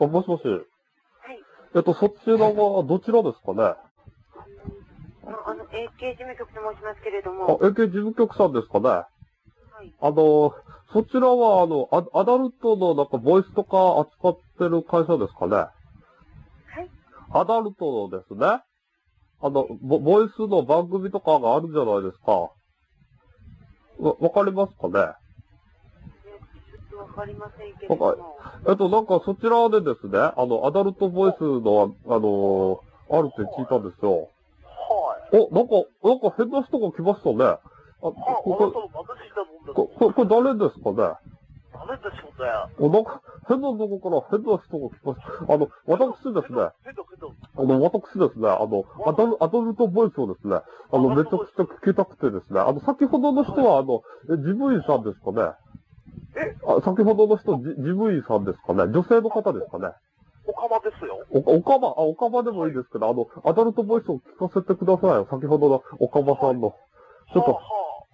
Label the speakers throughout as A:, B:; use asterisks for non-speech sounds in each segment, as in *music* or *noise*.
A: あ、もしもし。
B: はい。
A: えっと、そちらはどちらですかね
B: ああの、AK 事務局と申しますけれど
A: あ、
B: も、
A: AK 事務局さんですかね
B: はい。
A: あの、そちらは、あの、アアダルトのなんかボイスとか扱ってる会社ですかね
B: はい。
A: アダルトのですね。あの、ボボイスの番組とかがあるじゃないですか。わ、わかりますかね
B: えちょっとわかりませんけれども、
A: わえっと、なんかそちらでですね、あの、アダルトボイスの、あの、あるって聞いたんですよ。
C: はい。
A: お、なんか、なんか変な人が来ましたね。あ、こ
C: あ、あなた
A: こ、
C: の私だもんだ
A: こ、こ
C: と。
A: これ誰ですかね
C: 誰でしょうね。
A: お、なんか、変なとこから変な人が来ました。あの、私ですね、
C: ヘドヘド。
A: あの、私ですね、あの、アダルアダルトボイスをですね、あの、めちゃくちゃ聞きたくてですね、あの、先ほどの人は、あの、え事務員さんですかね
C: え
A: あ先ほどの人、じ事務員さんですかね女性の方ですかね
C: おかまですよ。
A: お、おかま、あ、おかまでもいいですけど、あの、アダルトボイスを聞かせてくださいよ。先ほどのおかまさんの。ちょっと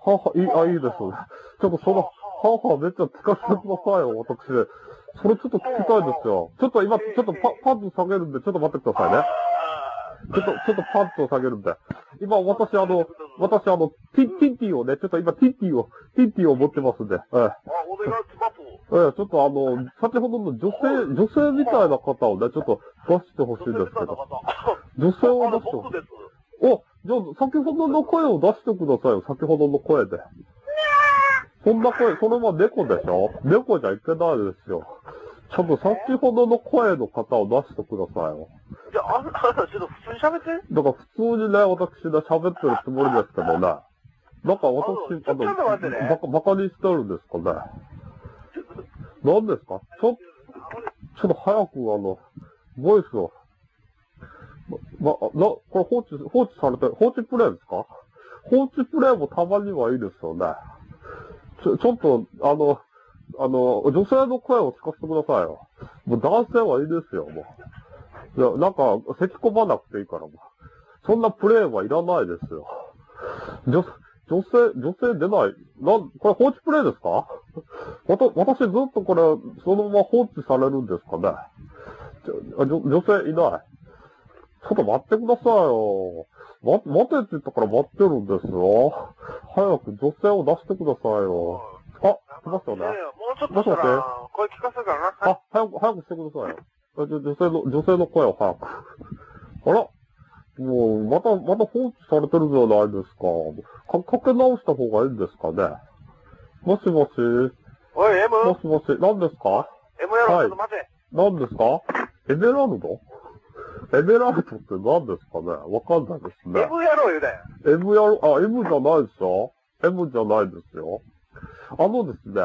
C: は
A: はは、いい、あ、いいですね。ちょっとそ
C: あ、はあ。
A: の、
C: はあは
A: はあはあめっちゃ聞かせてくださいよ、私。それちょっと聞きたいんですよ。ちょっと今、ちょっとパパンツ下げるんで、ちょっと待ってくださいね。
C: あ
A: ちょっと、ちょっとパンツを下げるんで。今、私、あの、
C: あ、
A: 私、あの、ティティンティをね、ちょっと今、ティンティを、ティンティを持ってますんで。ええ、
C: お願いします。
A: ええ、ちょっとあの、先ほどの女性、女性みたいな方をね、ちょっと出してほしいんですけど。
C: あ
A: 女性を出
C: れ、
A: してほし
C: 僕
A: い。
C: です。
A: お、じゃあ、先ほどの声を出してくださいよ、先ほどの声で。そんな声、それは猫でしょ猫じゃいけないですよ。ちょっと先ほどの声の方を出してくださいよ。
C: じゃあ、あなた、ちょっと普通に喋って。
A: だから普通にね、私ね、喋ってるつもりですけどね。なんか私、
C: あのちょっと待ってね
A: バカ、バカにしてるんですかね。何ですかちょ、ちょっと早くあの、ボイスを。ま、まあな、これ放置、放置されて、放置プレイですか放置プレイもたまにはいいですよね。ちょ、ちょっと、あの、あの、女性の声を聞かせてくださいよ。もう男性はいいですよ、もう。いや、なんか、咳込まなくていいから、もう。そんなプレイはいらないですよ。女、女性、女性出ない。なん、これ放置プレイですかわた、私ずっとこれ、そのまま放置されるんですかね。ちょあ女女性いない。ちょっと待ってくださいよ。ま、待てって言ったから待ってるんですよ。早く女性を出してくださいよ。あ、来ましたね。
C: もうちょっとしたら、声聞かせるからな。
A: あ、早く、早くしてくださいよ。あじゃ女性の、女性の声を早く。 *laughs* あらもう、また、また放置されてるじゃないですか。か、かけ直した方がいいんですかね。もしもし、
C: おい、M?
A: もしもし、何ですか
C: M やろ、ちょっと待て。
A: 何ですかエメラルドエメラルドって何ですかねわかんないですね。
C: M やろ、言うだよ。
A: M やろ、あ、M じゃないでしょ ?M じゃないですよ。あのですね、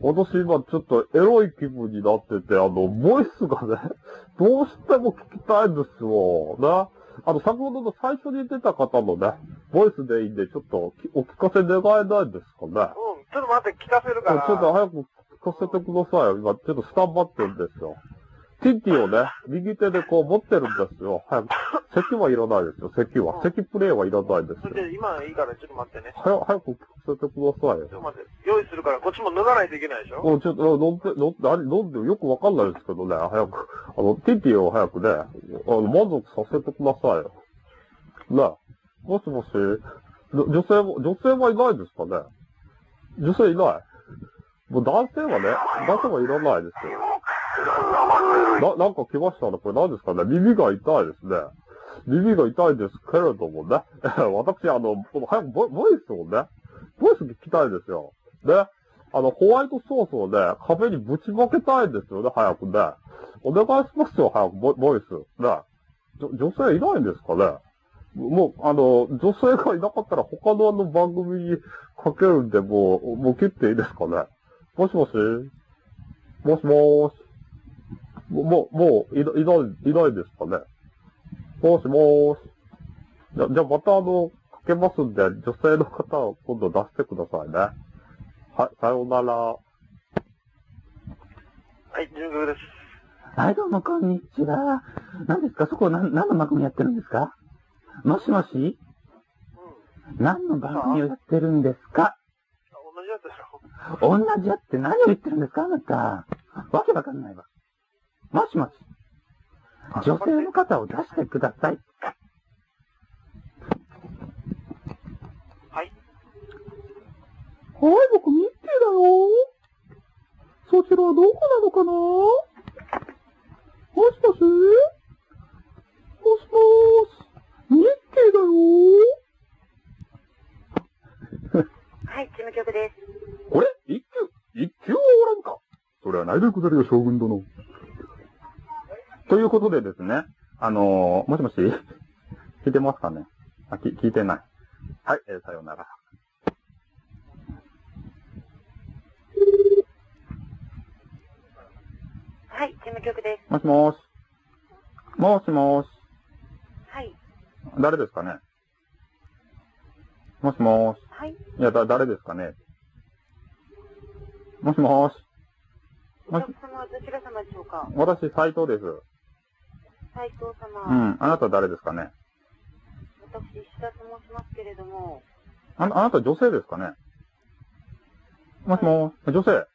A: 私今ちょっとエロい気分になってて、あの、ボイスがね、 *laughs* どうしても聞きたいんですよ。な。あの、先ほどの最初に出た方のね、ボイスでいいんで、ちょっときお聞かせ願えないですかね。
C: うん、ちょっと待って、聞かせる
A: ち
C: から。
A: ょっと早く聞かせてくださいよ。今、ちょっとスタンバってるんですよ。ティンティをね、右手でこう持ってるんですよ。早く。席はいらないですよ、席は。席プレイはいらないです
C: そ
A: よ。
C: れで、今いいから、ちょっと待ってね。
A: 早早く聞かせてください
C: ちょっ
A: よ。
C: と待って、用意するから、こっちも脱がないといけないでしょ
A: もうちょっと飲んで、飲んで、あれ飲んでよくわかんないですけどね、早く。あの、ティティを早くね、あの、満足させてくださいよ。ねえもしもし、の女性も、女性はいないですかね女性いないもう男性はね、男性はいらないですよ。な、なんか来ましたね。これ何ですかね耳が痛いですね。耳が痛いですけれどもね。 *laughs* 私、あの、早くボイボイスをね、ボイス聞きたいですよ。ね。あの、ホワイトソースをね、壁にぶちまけたいんですよね、早くね。お願いしますよ、早く、ボボイス。ね。じょ女性いないんですかねもう、あの、女性がいなかったら他のあの番組にかけるんで、もう、もう切っていいですかねもしもしもしもーし。ももう、もう、いない、いないいないですかねもしもーし。じゃ、じゃあまたあの、かけますんで、女性の方を今度出してくださいね。はい、さようなら。
C: はい、十分です。
D: はい、どうも、こんにちは。何ですかそこ何、何の番組やってるんですかもしもし
C: うん。
D: 何の番組をやってるんですか
C: 同じやつでしょ
D: 同じやって何を言ってるんですかあなた。わけわかんないわ。
A: もしもし。女性の方を出してください。
C: は
A: は
C: い。
A: い、僕ミッキーだよ。そちらどこなのかなもしもしもしもーし。ミッキーだよ。
B: はい、事務局です。
E: これ一級一級はおらんかそれはないでくざるよ、将軍殿。
A: ということでですね、あのー、もしもし聞いてますかねあ、き聞いてない。はい、えーさようなら。
B: はい、事務局です。
A: もしもーし。もしもーし。
B: はい、
A: 誰ですかねもしもーし。
B: はい、
A: いや、だ、誰ですかねもしもーし。
B: お客様、どちら様でしょうか
A: 私、斉藤です。
B: 斉藤様、
A: うん。あなた誰ですかね
B: 私、石田と申しますけれども、
A: あ、あなた女性ですかねもしもーし。女性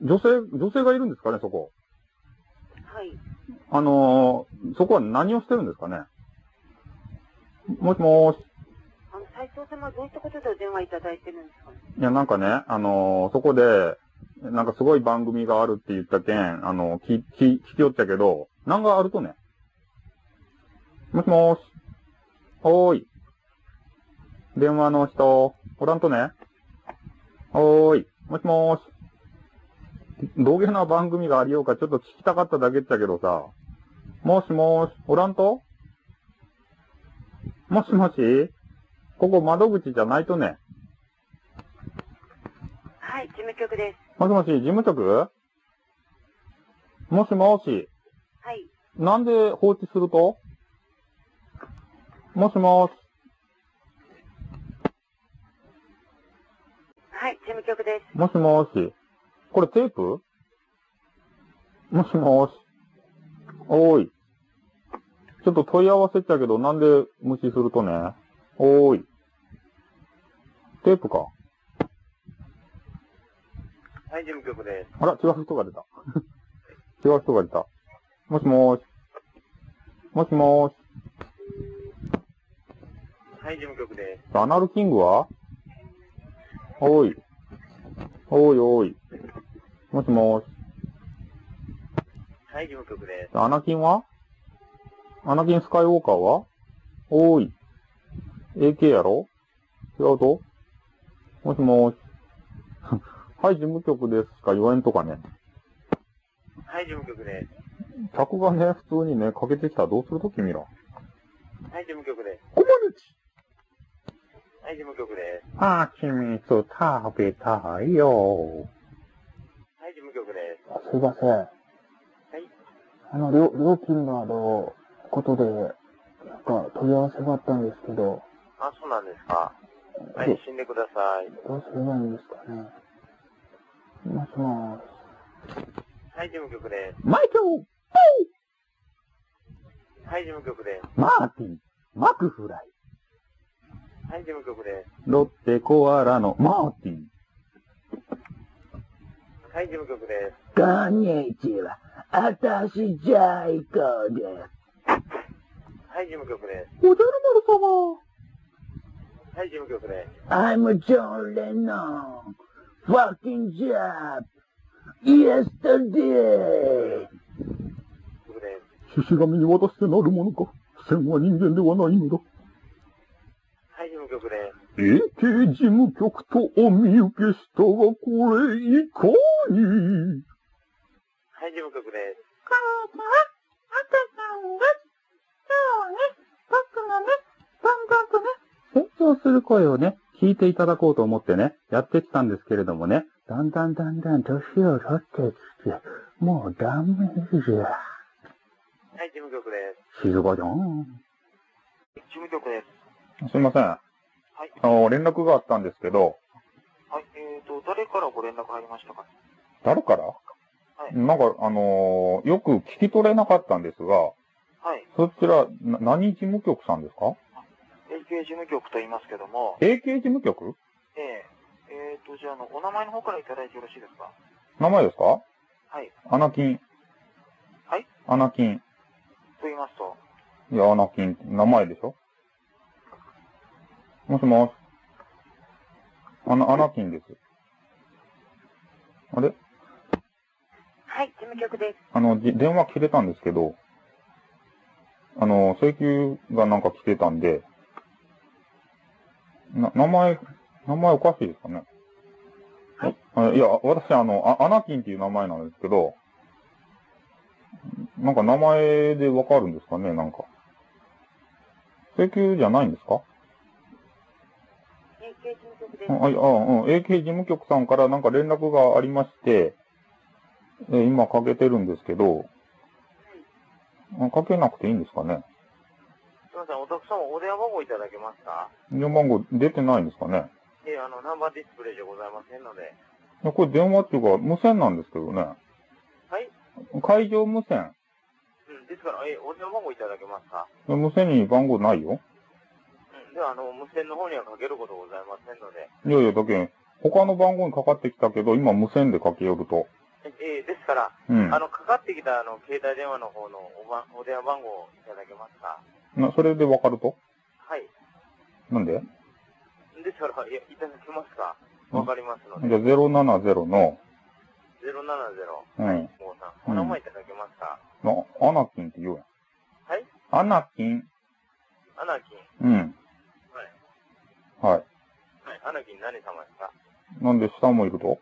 A: 女性、女性がいるんですかね、そこ。
B: はい、
A: あのー、そこは何をしてるんですかねもしもーし。
B: あの、斉藤様、どういったことでお電話いただいてるんですかね
A: いや、なんかね、あのーそこで、なんかすごい番組があるって言ったけん、あのー聞、聞、聞きよったけど、なんかあるとね。もしもーし。おーい。電話の人、おらんとね。おーい。もしもーし。同芸な番組がありようか、ちょっと聞きたかっただけっちゃけどさ。もしもーし、おらんともしもしここ窓口じゃないとね。
B: はい、事務局です。
A: もしもし、事務局もしもし、
B: はい、
A: なんで放置するともしもし、
B: はい、事務局です。
A: もしもし、これテープもしもし、おーい。ちょっと問い合わせっちゃけど、なんで無視するとね。おーい。テープか。
C: はい、事務局です。
A: あら、違う人が出た。 *laughs* 違う人が出た。もしもーし。もしもーし。
C: はい、事務局です。
A: アナルキングはおい。おいおい。もしもし。
C: はい、事務局です。
A: アナキンはアナキンスカイウォーカーはおい。AK やろ違うともしもし。 *laughs* はい、事務局ですしか言わんとかね。
C: はい、事務局です。
A: 客がね、普通にね、かけてきたらどうすると君ら。
C: はい、事務局です。
A: こまねち
C: はい、事務局です。
A: はちみつ食べたいよ。
C: はい、事務局です。
A: すいません。
C: はい。
A: あの、料料金のあの、ことで、なんか問い合わせがあったんですけど、
C: あ、そうなんですか。はい、死んでください。
A: どうすればいいんですかね。もしもし。
C: はい、事務局です。
A: マイケル
C: はい、事務局です。
A: マーティンマクフライ
C: はい、事務局です。
A: ロッテコアラのマーティン
C: はい、事務局です。
A: こんにちは。あたし、ジャイコです。
C: はい、事務局です。
A: おじゃる丸様。
C: はい、事務局です。
A: I'm John Lennon. Fucking job. Yesterday.
C: 僕です。
E: 獅子神に渡してなるものか。千は人間ではないのだ。
C: はい、事務局です。
E: AK 事務局とお見受けしたが、これいかに
C: はい、事務局です。
A: 成長する声をね、聞いていただこうと思ってね、やってきたんですけれどもね、だんだんだんだん年を取ってきて、もうダメじゃ。
C: はい、事務局です。
A: 静かじゃん。
C: 事務局です。
A: すいません。
C: はい。
A: あの、連絡があったんですけど、
C: はい、えーと、誰からご連絡ありましたか
A: 誰から
C: い
A: なんか、あのーよく聞き取れなかったんですが、
C: はい。
A: そちら、な何事務局さんですか
C: AK 事務局と言いますけども、
A: ?AK 事務局
C: えー、えーと、じゃあ、あの、お名前の方からいただいてよろしいですか
A: 名前ですか
C: はい。
A: アナキン。
C: はい
A: アナキン。
C: と言いますと、
A: いや、アナキン、名前でしょもしもし。アナ、アナキンです。あれ
B: はい、事務局です。
A: あの、じ電話切れたんですけど、あの、請求がなんか来てたんで、な、名前、名前おかしいですかね
B: はい
A: あいや、私、あの、あアナキンっていう名前なんですけど、なんか名前でわかるんですかねなんか。請求じゃないんですか
B: AK 事務局です。
A: はい、あ、うん、AK 事務局さんからなんか連絡がありまして、えー今かけてるんですけど、あかけなくていいんですかね
C: すみません、お客様お電話番号いただけますか
A: 電話番号出てないんですかね
C: ええあの、ナンバーディスプレイじゃございませんので、
A: いやこれ電話っていうか無線なんですけどね。
C: はい
A: 会場無線。
C: うん、ですから、ええお電話番号いただけますか
A: 無線に番号ないよ。
C: うん、では、あの、無線の方にはかけることございませんので、
A: いやいや、だけん他の番号にかかってきたけど、今無線でかけよると。
C: ええですから、
A: うん。
C: あの、かかってきた、あの、携帯電話の方のおばお電話番号いただけますか
A: なそれでわかると
C: はい。
A: なんで
C: ですから、いやいただけますかわかりますの
A: じゃあ
C: で、
A: 070の、
C: 070、
A: うん
C: はい、五三お名前いただけますか、
A: のアナキンって言うやん。
C: はい
A: アナキン。
C: アナキン、
A: うん。はい。は
C: はい、アナキン何様ですか
A: い。なんで、下もいると
C: は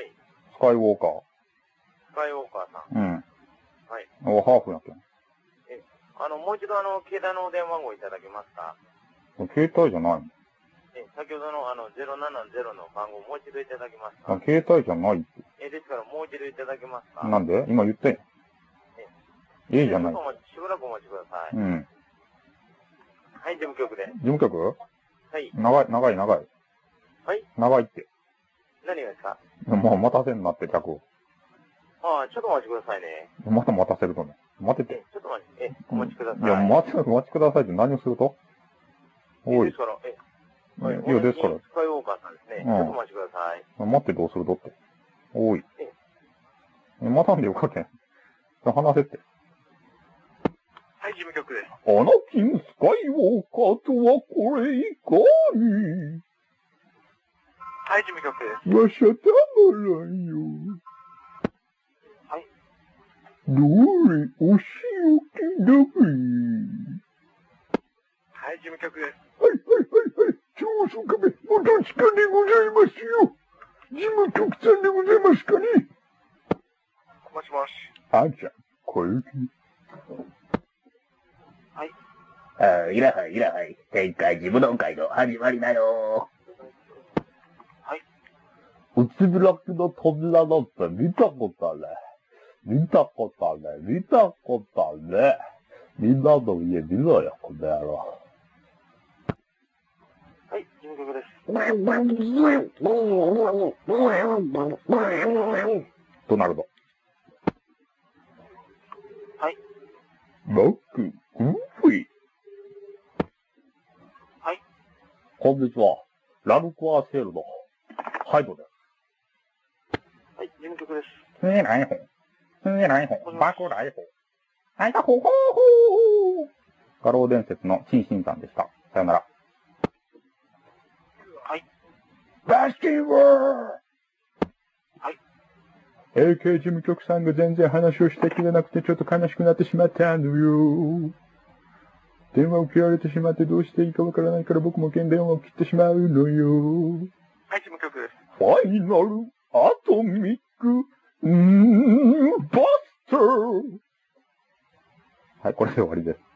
C: い、
A: スカイウォーカー。
C: スカイウォーカーさん。。
A: うん。はいお、ハーフやけん。
C: あの、もう一度、あの、携帯のお電話番号いただけますか
A: 携帯じゃないの
C: え、先ほどの、あの、070の番号、もう一度いただけます
A: あ
C: か
A: 携帯じゃないって。
C: え、ですから、もう一度いただけますか
A: なんで今言ったやん。ええじゃない
C: ちょ。っとお待ちしばらくお待ちください。
A: うん。
C: はい、事務局で。
A: 事務局
C: はい。
A: 長い、長い、長い。
C: はい
A: 長いって。
C: 何がですか
A: もう待たせんなって、客を。
C: ああ、ちょっとお待ちくださいね。
A: また待たせるとね。待て
C: え
A: て。、
C: ちょっと待ち、え、お待ちください。
A: いや、待ち、待ちくださいって何をするとお
C: で
A: い
C: す。から、え、
A: いや、いやですから
C: ス。カイウォーカーさんですね。
A: うん
C: ちょっとお待ちください。
A: 待ってどうするとって。おい
C: え。
A: 待たんでよかけん。話せって。
C: はい、事務局です。
A: アナキン・スカイウォーカーとはこれいかに
C: はい、事務局です。
A: わしゃたまらんよ。
C: はい。
A: どれ、お仕置きだべ。
C: はい、事務局です。
A: はいはいはいはい。超速め、元地下でございますよ。事務局さんでございますかね。
C: もしもし。
A: あんちゃん、小雪。
C: はい。
A: ああ、いらはい、いらはい。天下事務論会の始まりだよ。
F: 内開きの扉なんて見たことね。見たことね。見たことね。みんなの家見ろよ、この野郎。
C: はい、事務局です。
A: ドナルド。
C: はい。
A: マック、グーフィー。
F: こんにちは。ラルクアシェルのハイドです。
C: はい、事務局です。
A: つえないほ。つえないほ。バコないほ。あいたほほほ画廊伝説の陳新さんでした。さよなら。
C: はい。
A: バスケーボー
C: はい。
A: AK 事務局さんが全然話をしてくれなくてちょっと悲しくなってしまったのよ。電話を切られてしまってどうしていいかわからないから僕も現電話を切ってしまうのよ。
C: はい、事務局です。
A: ファイナルアトミック、うーん、バスターはい、これで終わりです。